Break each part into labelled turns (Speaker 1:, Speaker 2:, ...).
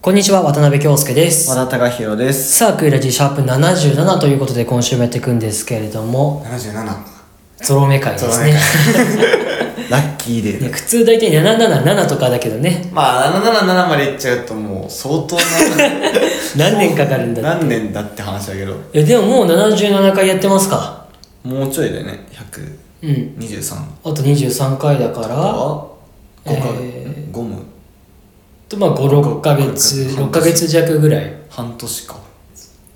Speaker 1: こんにちは、渡辺京介です。
Speaker 2: 和田貴弘です
Speaker 1: さあ、クイラジシャープ77ということで今週もやっていくんですけれども、
Speaker 2: 77ラ
Speaker 1: ゾロ目会ですね。
Speaker 2: ッキーデ
Speaker 1: ね普通大体777とかだけどね、
Speaker 2: まあ777までいっちゃうともう相当 な
Speaker 1: 何年かかるんだ。
Speaker 2: 何年だって話だけど
Speaker 1: え、でももう77回やってますか。
Speaker 2: もうちょいだよね
Speaker 1: うん。
Speaker 2: 123
Speaker 1: あと23回だから、
Speaker 2: あ5か、
Speaker 1: え
Speaker 2: ゴム
Speaker 1: とまあ5、6ヶ月、6ヶ月弱ぐらい。
Speaker 2: 半年か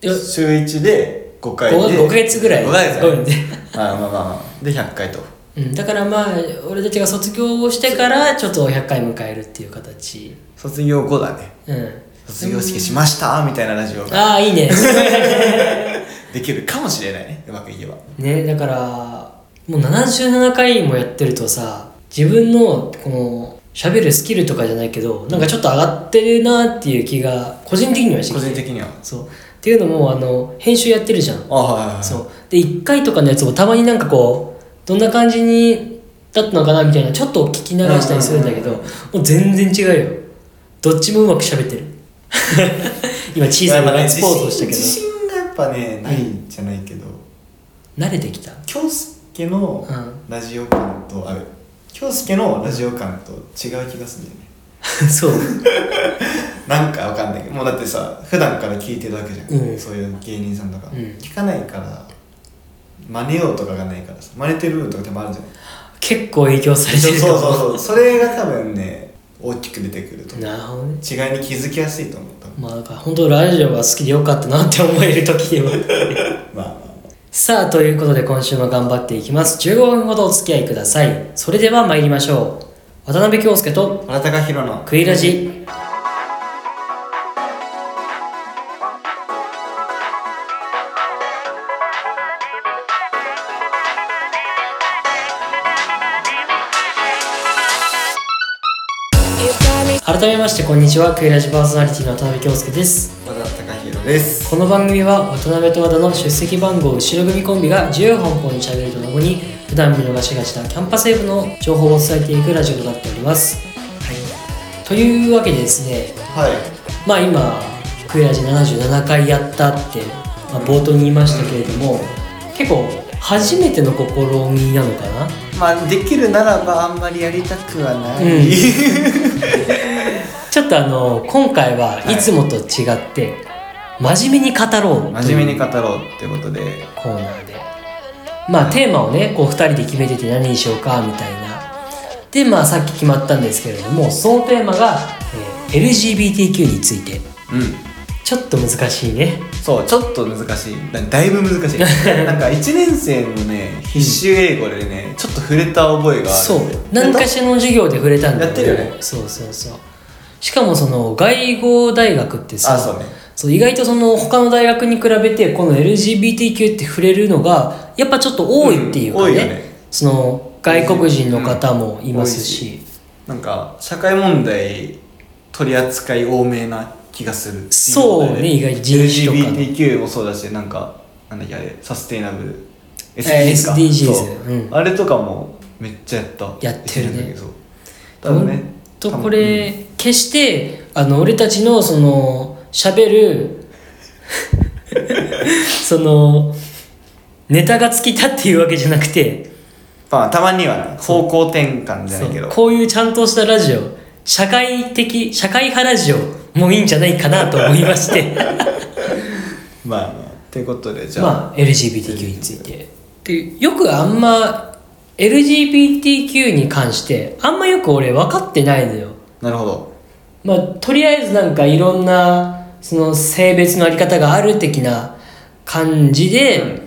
Speaker 1: いや
Speaker 2: 週1で5回で
Speaker 1: 5ヶ月ぐらい
Speaker 2: 5ヶ月
Speaker 1: ごめんね
Speaker 2: あまあまあまあで100回と
Speaker 1: うん、だからまあ、俺たちが卒業をしてから、ちょっと100回迎えるっていう形。
Speaker 2: 卒業後だね
Speaker 1: うん。
Speaker 2: 卒業式しましたみたいなラジオが
Speaker 1: ああ、い いね。
Speaker 2: できるかもしれないねうまくいけば
Speaker 1: ねだからもう77回もやってるとさ自分のこの喋るスキルとかじゃないけどなんかちょっと上がってるなっていう気が個人的にはして
Speaker 2: 個
Speaker 1: き
Speaker 2: 人
Speaker 1: て
Speaker 2: 的には
Speaker 1: そうっていうのもあの編集やってるじゃん
Speaker 2: あはいはいはい
Speaker 1: そうで1回とかのやつもたまになんかこうどんな感じにだったのかなみたいなちょっと聞き流したりするんだけど
Speaker 2: うん
Speaker 1: もう全然違うよどっちもうまく喋って る今小さなガッツポーズをしたけ
Speaker 2: 自
Speaker 1: ど
Speaker 2: 信がやっぱねないんじゃないけど
Speaker 1: 慣れてきた
Speaker 2: 京介の
Speaker 1: う
Speaker 2: ラジオ感とある京介のラジオ感と違う気がするんだよね
Speaker 1: んそう
Speaker 2: なんかわかんないけどもうだってさ普段から聞いてるわけじゃん、
Speaker 1: うん
Speaker 2: そういう芸人さんとか、
Speaker 1: うん
Speaker 2: 聞かないから真似ようとかがないからさ真似てる部分とかでもあるじゃない
Speaker 1: 結構影響され
Speaker 2: そ
Speaker 1: て
Speaker 2: う
Speaker 1: るか
Speaker 2: そ
Speaker 1: も
Speaker 2: うそうそうそれが多分ね大きく出てくると思う
Speaker 1: なるほどね
Speaker 2: 違いに気づきやすいと思う多分
Speaker 1: まあだから本当ラジオが好きでよかったなって思える時では
Speaker 2: まあまあま
Speaker 1: さあということで今週も頑張っていきます15分ほどお付き合いくださいそれでは参りましょう渡辺京介と
Speaker 2: あ原高弘の
Speaker 1: クイラジ改めましてこんにちはクイラジパーソナリティの渡辺京介です
Speaker 2: 和田高弘です
Speaker 1: この番組は渡辺と和田の出席番号後ろ組コンビが自由奔放にしゃべるとともに普段見逃しがちなキャンパスウェブの情報を伝えていくラジオとなっております。はい、というわけでですね
Speaker 2: はい
Speaker 1: まあ今「クエラジ77回やった」って、まあ、冒頭に言いましたけれども結構初めての試みなのかな
Speaker 2: まあできるならばあんまりやりたくはない、
Speaker 1: うんちょっとあの今回はいつもと違って真面目に語ろうという
Speaker 2: 真面目に語ろうってことで
Speaker 1: コーナーでまあテーマをねこう2人で決めてて何にしようかみたいなでまあさっき決まったんですけれどもそのテーマが、えー LGBTQ について
Speaker 2: うん
Speaker 1: ちょっと難しいね
Speaker 2: そうちょっと難しいなんかだいぶ難 しいなんか1年生のね必修英語でね、ちょっと触れた覚えがある
Speaker 1: そ
Speaker 2: やっ
Speaker 1: う
Speaker 2: た
Speaker 1: 何かしらの授業で触れたんだけど
Speaker 2: やってるよね
Speaker 1: そうそうそうしかもその外語大学ってさ
Speaker 2: あそうね
Speaker 1: そう意外とその他の大学に比べてこの LGBTQ って触れるのがやっぱちょっと多いっていうかね,、
Speaker 2: うん多いよね
Speaker 1: その外国人の方もいますし、
Speaker 2: なんか社会問題取り扱い多めな気がするってい
Speaker 1: そうね意外に人種とかの
Speaker 2: LGBTQ もそうだしなんかなんだっけあれサステイナブル
Speaker 1: え
Speaker 2: SDGs か
Speaker 1: SDGs
Speaker 2: そう
Speaker 1: うん
Speaker 2: あれとかもめっちゃやった
Speaker 1: やってるね
Speaker 2: 一年生の時そう多分ね
Speaker 1: と
Speaker 2: 多分
Speaker 1: これ決してあの俺たちのその喋る そのネタが尽きたっていうわけじゃなくて
Speaker 2: まあ、たまにはね方向転換じゃないけど
Speaker 1: こういうちゃんとしたラジオ社会的社会派ラジオもいいんじゃないかなと思いまして
Speaker 2: まあまあということ でじゃあ、
Speaker 1: まあ LGBTQ についてでよくあんま LGBTQ に関してあんまよく俺分かってないのよ
Speaker 2: なるほど
Speaker 1: まあ、とりあえずなんかいろんなその性別のあり方がある的な感じで、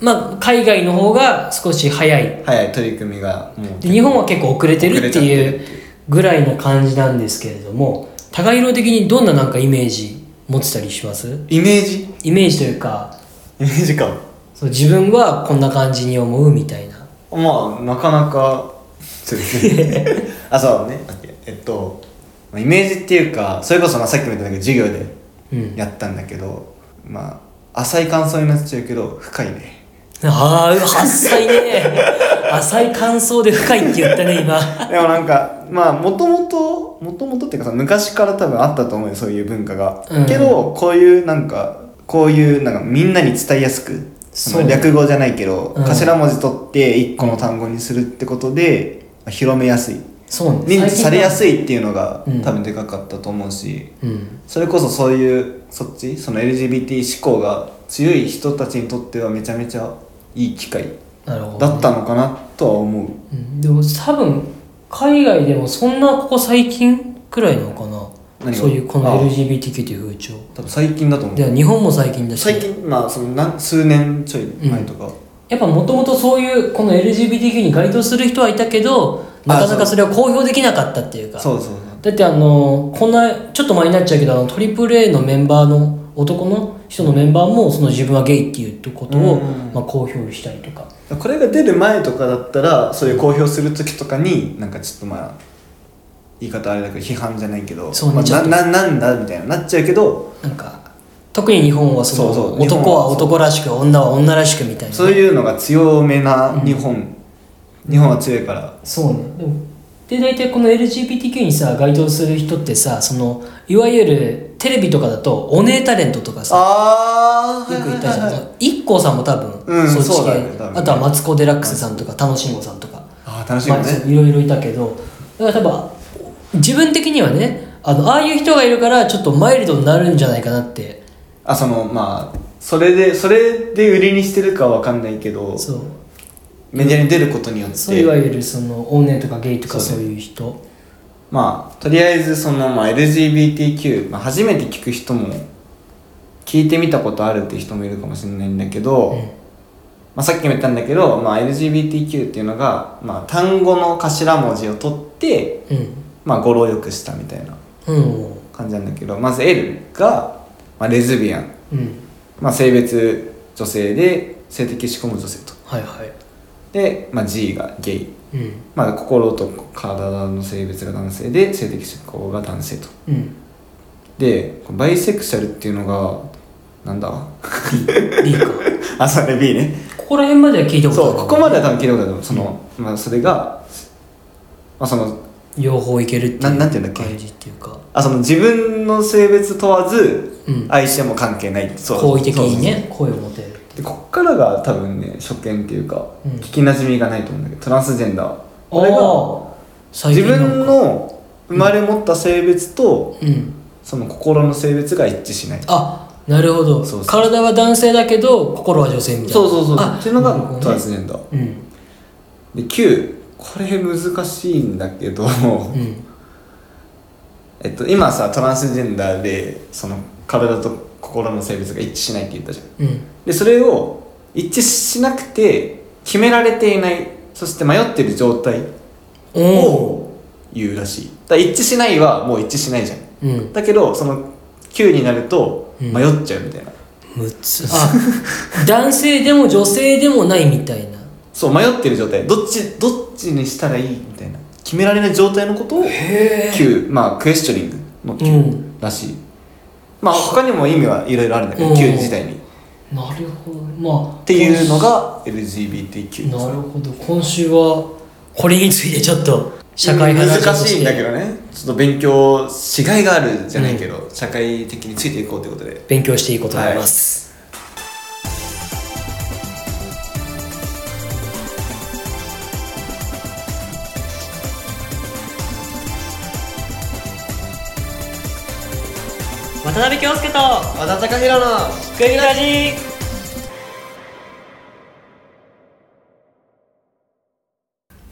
Speaker 1: まあ、海外の方が少し早い
Speaker 2: 早い取り組みがもう
Speaker 1: で日本は結構遅れてるってい
Speaker 2: 遅れ
Speaker 1: うぐらいの感じなんですけれども互い色的にどんななんかイメージ持ってたりします
Speaker 2: イメージ
Speaker 1: イメージというか
Speaker 2: イメージか
Speaker 1: そう自分はこんな感じに思うみたいな
Speaker 2: まあなかな かそうですねあそうねえっとイメージっていうかそれこそまあさっきも言ったんだけど授業で
Speaker 1: うん
Speaker 2: やったんだけど、まあ浅い感想になっちゃうけど深いね
Speaker 1: ああ浅いね浅い感想で深いって言ったね今
Speaker 2: でもなんかまあもともともともとっていうかさ昔から多分あったと思うよそういう文化が、
Speaker 1: うん
Speaker 2: けどこういうなんかこういうなんかみんなに伝えやすくそ
Speaker 1: そう
Speaker 2: の略語じゃないけど、
Speaker 1: うん
Speaker 2: 頭文字取って一個の単語にするってことで広めやすい
Speaker 1: そうね
Speaker 2: 認知されや
Speaker 1: い
Speaker 2: すいっていうのが
Speaker 1: うん
Speaker 2: 多分でかかったと思うし、
Speaker 1: うん
Speaker 2: それこそそういうそっちその LGBT 思考が強い人たちにとってはめちゃめちゃいい機会
Speaker 1: なるほど、
Speaker 2: だったのかなとは思う
Speaker 1: うんでも多分海外でもそんなここ最近くらいなのかな
Speaker 2: 何が
Speaker 1: そういうこ
Speaker 2: ああ
Speaker 1: の LGBTQ という風潮
Speaker 2: 多分最近だと思う
Speaker 1: で日本も最近だし
Speaker 2: 最近まあその何数年ちょい前とか、
Speaker 1: やっぱもともとそういうこの LGBTQ に該当する人はいたけどなかなかそれを公表できなかったっていうか
Speaker 2: そうそう
Speaker 1: だってあのこんなちょっと前になっちゃうけどあの AAA のメンバーの男の人のメンバーもその自分はゲイっていうことを、
Speaker 2: うん
Speaker 1: まあ、公表したりとか
Speaker 2: そうこれが出る前とかだったらそういう公表する時とかになんかちょっとまあ言い方あれだけど批判じゃないけど
Speaker 1: そうね
Speaker 2: まあ、
Speaker 1: ちょっ
Speaker 2: な
Speaker 1: と
Speaker 2: ななんだみたいななっちゃうけど
Speaker 1: なんか特に日本はその
Speaker 2: そうそう日本は
Speaker 1: 男は男らしく女は女らしくみたいな
Speaker 2: そういうのが強めな日本、日本は強いから
Speaker 1: そうねでもで大体この LGBTQ にさ該当する人ってさそのいわゆるテレビとかだとお姉タレントとかさ
Speaker 2: あ
Speaker 1: よく言ったじゃん、
Speaker 2: あ
Speaker 1: IKKO さんも多分、
Speaker 2: うん
Speaker 1: っち
Speaker 2: そうだ
Speaker 1: 系
Speaker 2: ね多分
Speaker 1: あとはマツコ・デラックスさんとか楽しんごさんとか
Speaker 2: あー楽しい
Speaker 1: ま
Speaker 2: よ
Speaker 1: あ
Speaker 2: ね、
Speaker 1: そういろいろいたけどだから多分自分的にはねあのああいう人がいるからちょっとマイルドになるんじゃないかなって
Speaker 2: あ、そのまあそれでそれで売りにしてるかは分かんないけど
Speaker 1: そう
Speaker 2: メディアに出ることによって
Speaker 1: そういわゆるそのオーネーとかゲイとか
Speaker 2: そ
Speaker 1: そうう
Speaker 2: ね
Speaker 1: いう人
Speaker 2: まあとりあえずその、まあ、LGBTQ、まあ、初めて聞く人も聞いてみたことあるって人もいるかもしれないんだけど、
Speaker 1: うん
Speaker 2: まあ、さっきも言ったんだけど、まあ、LGBTQ っていうのが、まあ、単語の頭文字を取って、まあ、語呂を良くしたみたいな
Speaker 1: うんうん
Speaker 2: 感じなんだけどまず L が、まあ、レズビアン、
Speaker 1: うん
Speaker 2: まあ、性別女性で性的思考も女性と
Speaker 1: はいはい
Speaker 2: で、まあ、G がゲイ、
Speaker 1: うん
Speaker 2: まあ、心と体の性別が男性で性的思考が男性と。
Speaker 1: うん
Speaker 2: でバイセクシャルっていうのがなんだ
Speaker 1: D か
Speaker 2: あそれ B ね
Speaker 1: ここら辺までは聞いたことあ
Speaker 2: そ
Speaker 1: る
Speaker 2: うここまでは多分聞いたことあると思うその、まあ、それが、まあ、その
Speaker 1: 両方いけるっていう
Speaker 2: ななんていうんだっけ
Speaker 1: 感じっていうか
Speaker 2: あその自分の性別問わず、
Speaker 1: うん
Speaker 2: 相性も関係ないそう
Speaker 1: 好意的に
Speaker 2: そうそう
Speaker 1: ね声を持てる
Speaker 2: そうでこっからが多分ね初見っていうか、
Speaker 1: うん
Speaker 2: 聞きなじみがないと思うんだけどトランスジェンダーこれが
Speaker 1: ああ最
Speaker 2: 自
Speaker 1: 近なんか
Speaker 2: 分の生まれ持った性別と、
Speaker 1: うん
Speaker 2: その心の性別が一致しない
Speaker 1: あなるほど
Speaker 2: そうそう
Speaker 1: 体は男性だけど心は女性みたいな
Speaker 2: そうそうそう
Speaker 1: あ
Speaker 2: っていうの
Speaker 1: なるほ
Speaker 2: が
Speaker 1: ど
Speaker 2: トランスジェンダー
Speaker 1: うん
Speaker 2: で9これ難しいんだけど、
Speaker 1: うん
Speaker 2: えっと、今さトランスジェンダーでその体と心の性別が一致しないって言ったじゃん
Speaker 1: うん
Speaker 2: でそれを一致しなくて決められていないそして迷ってる状態
Speaker 1: お
Speaker 2: を言うらしいだから一致しないはもう一致しないじゃん
Speaker 1: ーうん
Speaker 2: だけどその9になると
Speaker 1: うん
Speaker 2: 迷っちゃうみたいな、
Speaker 1: むつあ 男性でも女性でもないみたいな
Speaker 2: そう迷ってる状態どっちどっちにしたらいいみたいな決められない状態のことを
Speaker 1: へ
Speaker 2: 9まあクエスチョニングの
Speaker 1: う
Speaker 2: 9
Speaker 1: ん
Speaker 2: らしい、まあ他にも意味はいろいろあるんだけど
Speaker 1: うん
Speaker 2: 9自体にっ
Speaker 1: なるほどまあって
Speaker 2: いうのが LGBTQ
Speaker 1: なるほど今週はこれについてちょっと社会派な
Speaker 2: 難
Speaker 1: 話を
Speaker 2: しいんだけどねちょっと勉強しがいがあるじゃないけど、社会的についていこうということで
Speaker 1: 勉強していこうと思います、渡辺京介と
Speaker 2: 和田貴弘の
Speaker 1: グミラジ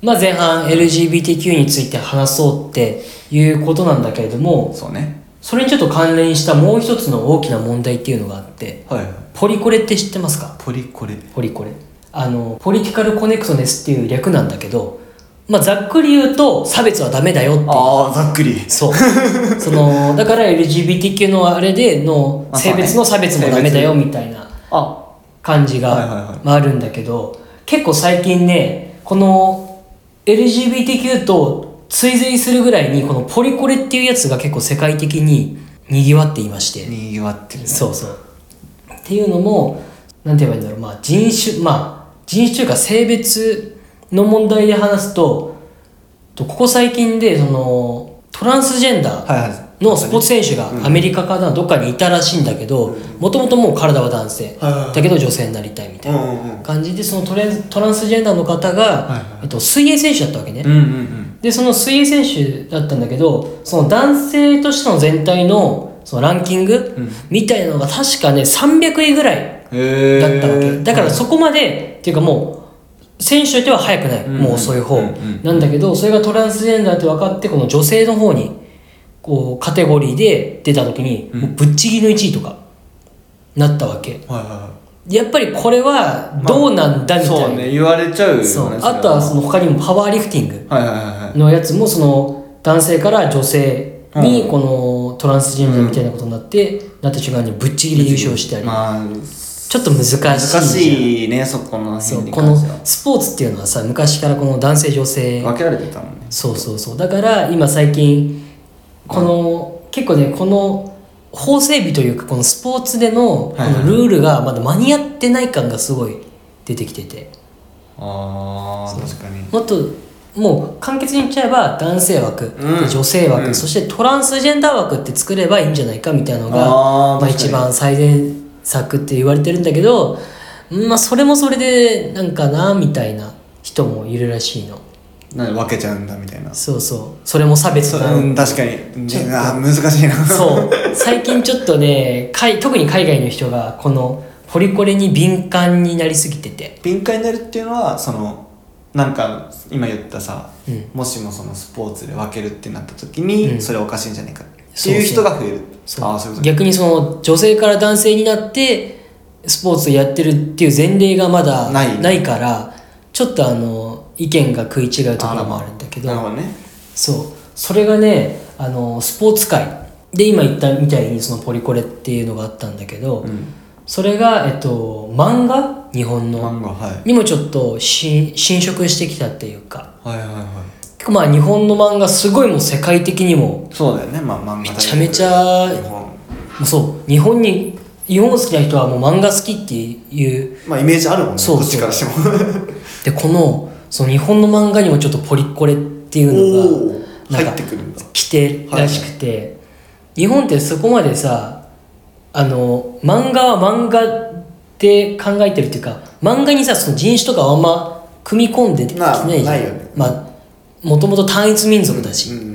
Speaker 1: まあ前半 LGBTQ について話そうっていうことなんだけれども
Speaker 2: そうね
Speaker 1: それにちょっと関連したもう一つの大きな問題っていうのがあって
Speaker 2: はい
Speaker 1: ポリコレって知ってますか
Speaker 2: ポリコレ
Speaker 1: ポリコレあのポリティカルコネクトネスっていう略なんだけど、まあ、ざっくり言うと差別はダメだよっていう
Speaker 2: ああざっくり
Speaker 1: そう そのだから LGBTQ のあれでの
Speaker 2: まあそう
Speaker 1: 性
Speaker 2: ね
Speaker 1: 別の差別もダメだよみたいな
Speaker 2: あ
Speaker 1: 感じ
Speaker 2: はいはいは
Speaker 1: が
Speaker 2: い
Speaker 1: まああるんだけど結構最近ねこの LGBTQ と追随するぐらいにこのポリコレっていうやつが結構世界的に賑わっていまして
Speaker 2: にぎわってるね
Speaker 1: そうそう。っていうのもなんて言えばいいんだろう、まあ、人種まあ人種というか性別の問題で話すととここ最近でそのトランスジェンダー
Speaker 2: はいはい
Speaker 1: のスポーツ選手がアメリカかなどっかにいたらしいんだけどもともともう体は男性
Speaker 2: はいはいはい
Speaker 1: だけど女性になりたいみたい
Speaker 2: うんうんうん
Speaker 1: な感じでそのトレトランスジェンダーの方
Speaker 2: はい
Speaker 1: が、えっと、水泳選手だったわけね
Speaker 2: うんうん
Speaker 1: でその水泳選手だったんだけどその男性としての全体のそのランキング
Speaker 2: うん
Speaker 1: みたいなのが確かね300位ぐらい
Speaker 2: うんへえ
Speaker 1: だったわけ、だからそこまでっていうかもう選手としては早くない、
Speaker 2: うん
Speaker 1: もう遅い方
Speaker 2: うんうん
Speaker 1: なんだけどそれがトランスジェンダーって分かってこの女性の方にこうカテゴリーで出た時に
Speaker 2: うん
Speaker 1: もうぶっちぎりの1位とかなったわけ
Speaker 2: はいはいはい
Speaker 1: やっぱりこれはどうなんだみたいな、
Speaker 2: そうね言われちゃうよね
Speaker 1: そう
Speaker 2: れ
Speaker 1: あとはその他にもパワーリフティング
Speaker 2: はいはいはいはい
Speaker 1: のやつもその男性から女性
Speaker 2: う
Speaker 1: に
Speaker 2: ん
Speaker 1: このトランスジェンダーみたいなことになって、なった瞬間にぶっちぎり優勝してあり、
Speaker 2: まあ
Speaker 1: ちょっと難しい
Speaker 2: 難
Speaker 1: じゃん
Speaker 2: しいねそこの
Speaker 1: そ
Speaker 2: 辺
Speaker 1: う
Speaker 2: に
Speaker 1: この
Speaker 2: 関しては
Speaker 1: スポーツっていうのはさ昔からこの男性女性
Speaker 2: 分けられてたもんね
Speaker 1: そうそうそうだから今最近この結構ねこの法整備というかこのスポーツでのこ
Speaker 2: はいはい
Speaker 1: のルールがまだ間に合ってない感がすごい出てきてて
Speaker 2: ああ確かに
Speaker 1: もっともう簡潔に言っちゃえば男性枠、
Speaker 2: うん
Speaker 1: 女性枠、
Speaker 2: うん
Speaker 1: そしてトランスジェンダー枠って作ればいいんじゃないかみたいなのが
Speaker 2: あ
Speaker 1: まあ、
Speaker 2: ー確かに
Speaker 1: 一番最善策って言われてるんだけど、まあ、それもそれでなんかなみたいな人もいるらしいの
Speaker 2: なんで分けちゃうんだみたいな
Speaker 1: そうそうそれも差別
Speaker 2: そう
Speaker 1: だ
Speaker 2: うん確かに
Speaker 1: ちょっと
Speaker 2: あー難しいな
Speaker 1: そう最近ちょっとね海特に海外の人がこのポリコレに敏感になりすぎてて
Speaker 2: 敏感になるっていうのはそのなんか今言ったさ、
Speaker 1: うん
Speaker 2: もしもそのスポーツで分けるってなった時に、
Speaker 1: うん
Speaker 2: それおかしいんじゃないかって
Speaker 1: そう
Speaker 2: い
Speaker 1: そう
Speaker 2: う人が増える
Speaker 1: そう
Speaker 2: ああそういうことね
Speaker 1: 逆にその女性から男性になってスポーツやってるっていう前例がまだ
Speaker 2: ない
Speaker 1: ないからちょっとあの意見が食い違うところもあるんだけど
Speaker 2: なるほどね
Speaker 1: そうそれがねあのスポーツ界で今言ったみたいにそのポリコレっていうのがあったんだけど、
Speaker 2: うん
Speaker 1: それが、えっと、漫画日本の
Speaker 2: 漫画はい
Speaker 1: にもちょっとし侵食してきたっていうか
Speaker 2: はいはいはい
Speaker 1: 結構まあ日本の漫画すごいもう世界的にも
Speaker 2: そうだよねまあ漫画め
Speaker 1: めちゃめちゃ
Speaker 2: 日本
Speaker 1: そう日本に日本好きな人はもう漫画好きっていう
Speaker 2: まあイメージあるもんね
Speaker 1: そうそう
Speaker 2: こっちからしても
Speaker 1: でこのその日本の漫画にもちょっとポリコレって いうのが
Speaker 2: おお
Speaker 1: なん
Speaker 2: 入
Speaker 1: か
Speaker 2: ってくるんだ
Speaker 1: 来てらしくて、日本ってそこまでさあの漫画は漫画で考えてるっていうか漫画にさその人種とかはあんま組み込んでき
Speaker 2: まあ
Speaker 1: ないじゃ
Speaker 2: なんいよね
Speaker 1: まあもともと単一民族だし、
Speaker 2: うんうん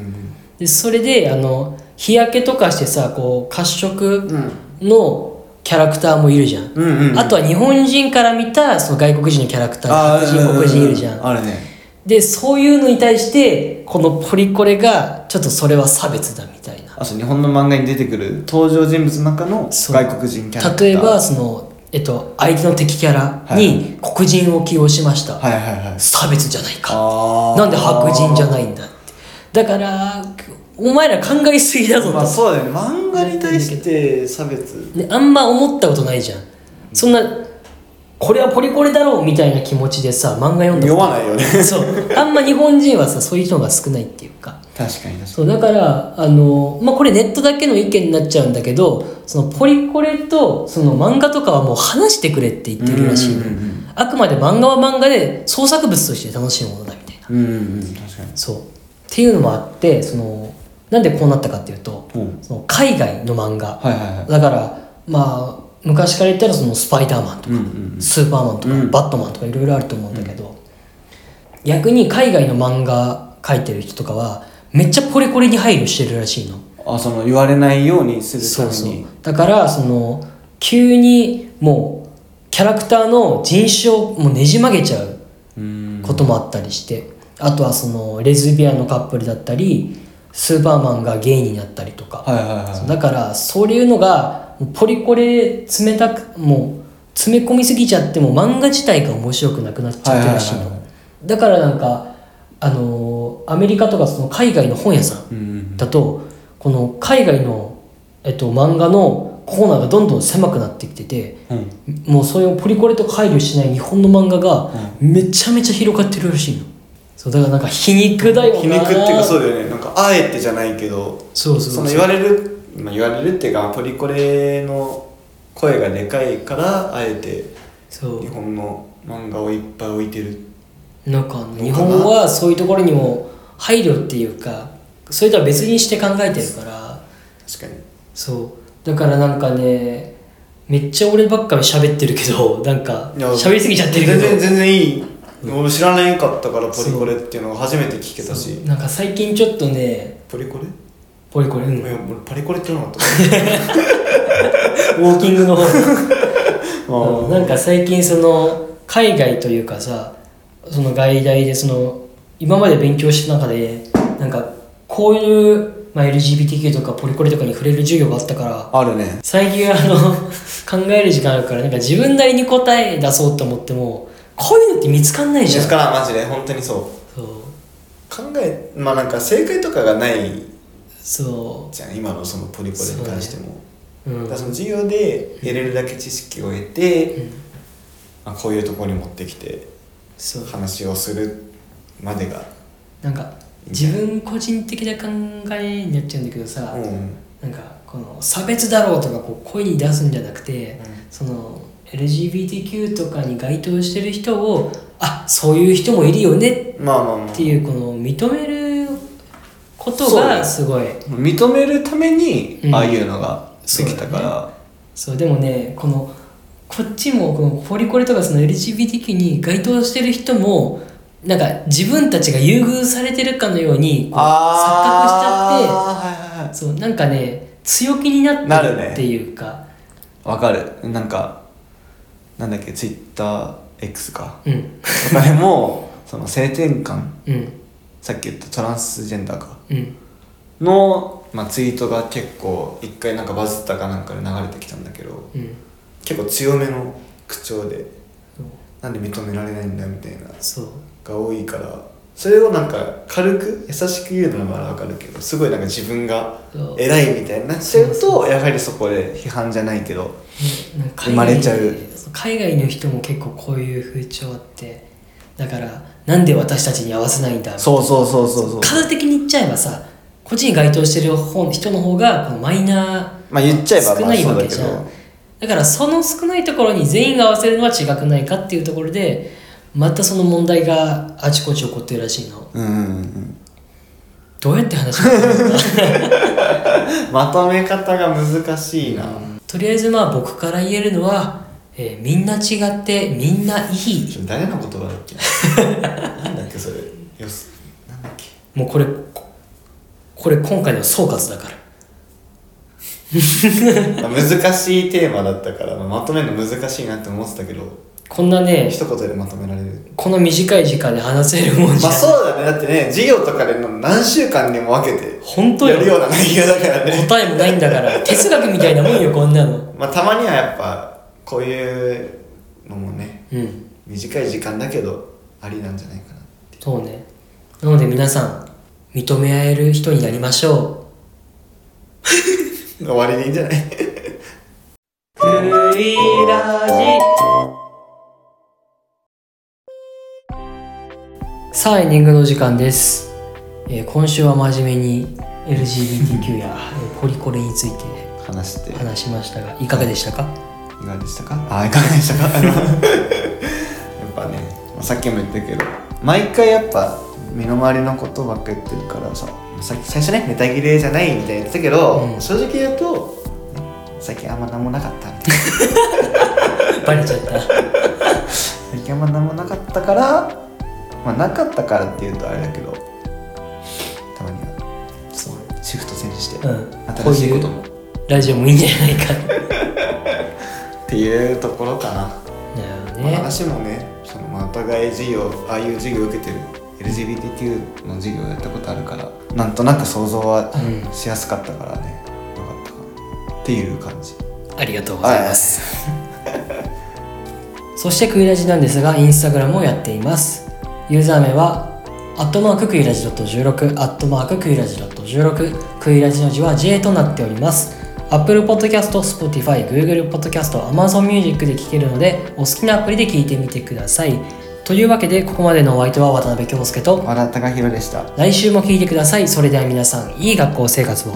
Speaker 1: でそれであの日焼けとかしてさこう褐色
Speaker 2: うん
Speaker 1: のキャラクターもいるじゃん、
Speaker 2: うんうんうん
Speaker 1: あとは日本人から見たその外国人のキャラクター
Speaker 2: あー
Speaker 1: 外国人いるじゃん、
Speaker 2: うううあるね
Speaker 1: でそういうのに対してこのポリコレがちょっとそれは差別だみたいな
Speaker 2: あそう日本の漫画に出てくる登場人物の中の
Speaker 1: そう
Speaker 2: 外国人キャラクター
Speaker 1: 例えばその、えっと、相手の敵キャラに黒人を起用しました、
Speaker 2: はいはいはい
Speaker 1: 差別じゃないか
Speaker 2: あー
Speaker 1: なんで白人じゃないんだってだからお前ら考えすぎだぞと、
Speaker 2: まあそうだよね漫画に対して差別
Speaker 1: ね、あんま思ったことないじゃんそんなこれはポリコレだろうみたいな気持ちでさ漫画読んだ
Speaker 2: 読
Speaker 1: こ
Speaker 2: まないよね
Speaker 1: とそうあんま日本人はさそういう人が少ないっていうか
Speaker 2: 確かに確か
Speaker 1: そうだからあの、まあ、これネットだけの意見になっちゃうんだけどそのポリコレとその漫画とかはもう話してくれって言ってるらしいの
Speaker 2: うんうんうんうん
Speaker 1: あくまで漫画は漫画で創作物として楽しいものだみたいな
Speaker 2: にうんうん確かに
Speaker 1: そうっていうのもあってそのなんでこうなったかっていうと
Speaker 2: うん
Speaker 1: その海外の漫画
Speaker 2: はいはいはい
Speaker 1: だからまあ昔から言ったらそのスパイダーマンと
Speaker 2: うん
Speaker 1: か、
Speaker 2: うん
Speaker 1: スーパーマンとか、
Speaker 2: うん
Speaker 1: バットマンとかいろいろあると思うんだけど、逆に海外の漫画描いてる人とかはめっちゃポリコレに配慮してるらしいの。
Speaker 2: あその言われないようにするた
Speaker 1: そう
Speaker 2: め
Speaker 1: そう
Speaker 2: に
Speaker 1: だからその急にもうキャラクターの人種をもうねじ曲げちゃう
Speaker 2: うん
Speaker 1: こともあったりして、あとはそのレズビアンのカップルだったりスーパーマンがゲイになったりとか、
Speaker 2: はいはいは
Speaker 1: だからそういうのがポリコレ冷たくもう詰め込みすぎちゃっても漫画自体が面白くなくなっちゃってるらしい
Speaker 2: はいはいはい
Speaker 1: の
Speaker 2: は
Speaker 1: だからなんかあのーアメリカとかその海外の本屋さ
Speaker 2: いうんん
Speaker 1: だとこの海外の、えっと、漫画のコーナーがどんどん狭くなってきてて
Speaker 2: うんうん
Speaker 1: もうそういうポリコレとか配慮しない日本の漫画がめちゃめちゃ広がってるらしいのそうだからなんか皮肉だよな
Speaker 2: 皮肉っていうかそううだよねなんかあえてじゃないけど
Speaker 1: そうそう
Speaker 2: そ
Speaker 1: そう
Speaker 2: の言われるまあ言われるっていうかポリコレの声がでかいからあえて
Speaker 1: そう
Speaker 2: 日本の漫画をいっぱい置いてる
Speaker 1: なんか日本はそういうところにも配慮っていうかそれとは別にして考えてるから
Speaker 2: 確かに
Speaker 1: そうだからなんかねめっちゃ俺ばっかり喋ってるけど なんか
Speaker 2: いや
Speaker 1: 喋りすぎちゃってるけど
Speaker 2: 全然全然いい、俺知らないかったからポリコレっていうのが初めて聞けたし
Speaker 1: なんか最近ちょっとね
Speaker 2: ポリコレい
Speaker 1: ポリコレ、うん、ウ
Speaker 2: や
Speaker 1: ォ
Speaker 2: 俺パリコレって言わなかっ
Speaker 1: ーキングの方うん
Speaker 2: た
Speaker 1: なんか最近その海外というかさその外大でその今まで勉強した中でなんかこういう、まあ、LGBTQ とかポリコレとかに触れる授業があったから
Speaker 2: あるね
Speaker 1: 最近あの考える時間あるからなんか自分なりに答え出そうと思ってもこういうのって見つかんないじゃん
Speaker 2: ですからマジで本当にそう
Speaker 1: そう
Speaker 2: 考えまあなんか正解とかがない
Speaker 1: そ
Speaker 2: じゃん今のそのポリコレに関しても、
Speaker 1: う、うん
Speaker 2: だからその授業で得れるだけ知識を得て、
Speaker 1: うん
Speaker 2: まあ、こういうところに持ってきて
Speaker 1: そう
Speaker 2: 話をするまでが
Speaker 1: なんか自分個人的な考えになっちゃうんだけどさ、
Speaker 2: うん
Speaker 1: なんかこの差別だろうとかこう声に出すんじゃなくて、その LGBTQ とかに該当してる人をあそういう人もいるよね
Speaker 2: まあまあまあ
Speaker 1: っていうこの認めること
Speaker 2: そうだ
Speaker 1: が
Speaker 2: よ
Speaker 1: すごい
Speaker 2: 認めるために
Speaker 1: うん
Speaker 2: ああいうのができたから、
Speaker 1: そうでもねこのこっちもこのポリコレとかその LGBTQ に該当してる人もなんか自分たちが優遇されてるかのようにこう錯覚しちゃっ
Speaker 2: ああーはいはいは
Speaker 1: てそうなんかね強気にな
Speaker 2: な
Speaker 1: って
Speaker 2: る
Speaker 1: る
Speaker 2: ね
Speaker 1: っていうか、
Speaker 2: いわかるなんかなんだっけツイッター X か
Speaker 1: うん
Speaker 2: とかで もその性転換
Speaker 1: うん
Speaker 2: さっき言ったトランスジェンダーか
Speaker 1: うん
Speaker 2: の、まあ、ツイートが結構一回なんかバズったかなんかで流れてきたんだけど
Speaker 1: うん
Speaker 2: 結構強めの口調で
Speaker 1: そう
Speaker 2: なんで認められないんだみたいな
Speaker 1: そう
Speaker 2: が多いからそれをなんか軽く優しく言うのはまだわかるけどすごいなんか自分が
Speaker 1: そう
Speaker 2: 偉いみたいになっちゃうとやはりそこで批判じゃないけど
Speaker 1: なんか
Speaker 2: 生まれちゃう
Speaker 1: 海外の人も結構こういう風潮あってだからなんで私たちに合わせないんだ
Speaker 2: そうそうそうそうそう
Speaker 1: 数的に言っちゃえばさこっちに該当してる方人の方がこのマイナー
Speaker 2: まあ言っちゃえば
Speaker 1: 少
Speaker 2: まあ
Speaker 1: ない
Speaker 2: そう
Speaker 1: わ
Speaker 2: だ
Speaker 1: け
Speaker 2: け
Speaker 1: じ
Speaker 2: ど
Speaker 1: ゃんだからその少ないところに全員が合わせるのは違くないかっていうところでまたその問題があちこち起こってるらしいの
Speaker 2: うんうんうん
Speaker 1: どうやって話してるのか
Speaker 2: まとめ方が難しいな、
Speaker 1: とりあえずまあ僕から言えるのは、えーみんな違ってみんないい
Speaker 2: 誰の言葉だっけ なんだっけそれよすなんだっけ
Speaker 1: もうこれここれ今回の総括だから
Speaker 2: まあ難しいテーマだったから、まあまとめるの難しいなって思ってたけど
Speaker 1: こんなね
Speaker 2: 一言でまとめられる
Speaker 1: この短い時間で話せるもんじゃ
Speaker 2: まあ
Speaker 1: ん、
Speaker 2: そうだねだってね授業とかでの何週間にも分けて
Speaker 1: 本当
Speaker 2: やるよ
Speaker 1: よ
Speaker 2: うな内容だからね
Speaker 1: 答えもないんだから哲学みたいなもんよこんなの
Speaker 2: まあたまにはやっぱこういうのもね
Speaker 1: うん
Speaker 2: 短い時間だけどありなんじゃないかなって
Speaker 1: そうねなので皆さん認め合える人になりましょ
Speaker 2: 終わりでいいんじゃない
Speaker 1: うフリーラジさあエンディングの時間です、えー今週は真面目に LGBTQ やえーポリコレについて
Speaker 2: 話していか
Speaker 1: 話しましたがいかがでしたか
Speaker 2: がでしたかあいかがでした かあのやっぱねまあさっきも言ったけど毎回やっぱ身の回りのことばっか言ってるからささっき最初ねネタ切れじゃないみたいな言ってたけど、
Speaker 1: うん
Speaker 2: 正直言うと、ね最近あんま何もなかったみたいな
Speaker 1: バレちゃった
Speaker 2: 最近あんま何もなかったからまあなかったからっていうとあれだけどたまにはそうシフトチェンジし
Speaker 1: う
Speaker 2: て、
Speaker 1: ん
Speaker 2: 新しいことも
Speaker 1: こういうラジオもいいんじゃないかって
Speaker 2: っていうところかな、
Speaker 1: なるほど
Speaker 2: まあ
Speaker 1: ね
Speaker 2: 話もねそのまあお互い授業ああいう授業受けてる LGBTQ の授業やったことあるからなんとなく想像は
Speaker 1: うん
Speaker 2: しやすかったからね、よかったかなっていう感じ
Speaker 1: ありがとうございます、そしてクイラジなんですがインスタグラムをやっていますユーザー名はアットマーククイラジドット16アットマーククイラジドット16クイラジの字は J となっております Apple Podcast、Spotify、Google Podcast、Amazon Music で聴けるのでお好きなアプリで聴いてみてくださいというわけでここまでのお相手は渡辺京介と
Speaker 2: 和田貴弘でした
Speaker 1: 来週も聞いてくださいそれでは皆さんいい学校生活を